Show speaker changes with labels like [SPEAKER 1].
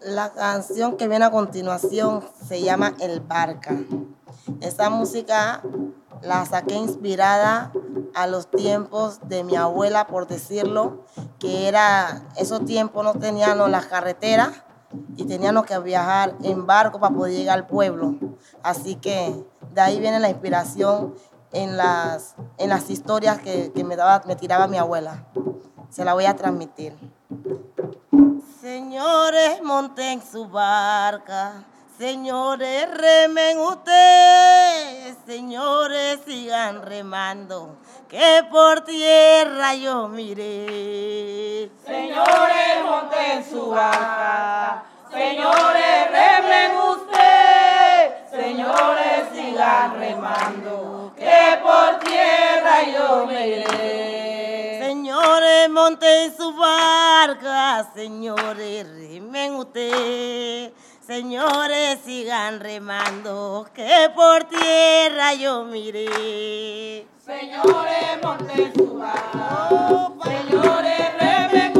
[SPEAKER 1] La canción que viene a continuación se llama El Barca. Esa música la saqué inspirada a los tiempos de mi abuela, por decirlo, que era, esos tiempos no teníamos las carreteras y teníamos que viajar en barco para poder llegar al pueblo. Así que de ahí viene la inspiración en las, en las historias que, que me, daba, me tiraba mi abuela. Se la voy a transmitir. Señores, monten su barca. Señores, remen ustedes, señores, sigan remando, que por tierra yo miré.
[SPEAKER 2] Señores, monten su barca, señores, remen ustedes, señores, sigan remando, que por tierra yo miré.
[SPEAKER 1] Señores, monten su barca, señores, remen ustedes. Señores, sigan remando, que por tierra yo miré.
[SPEAKER 2] Señores, monten su barca. Señores, remen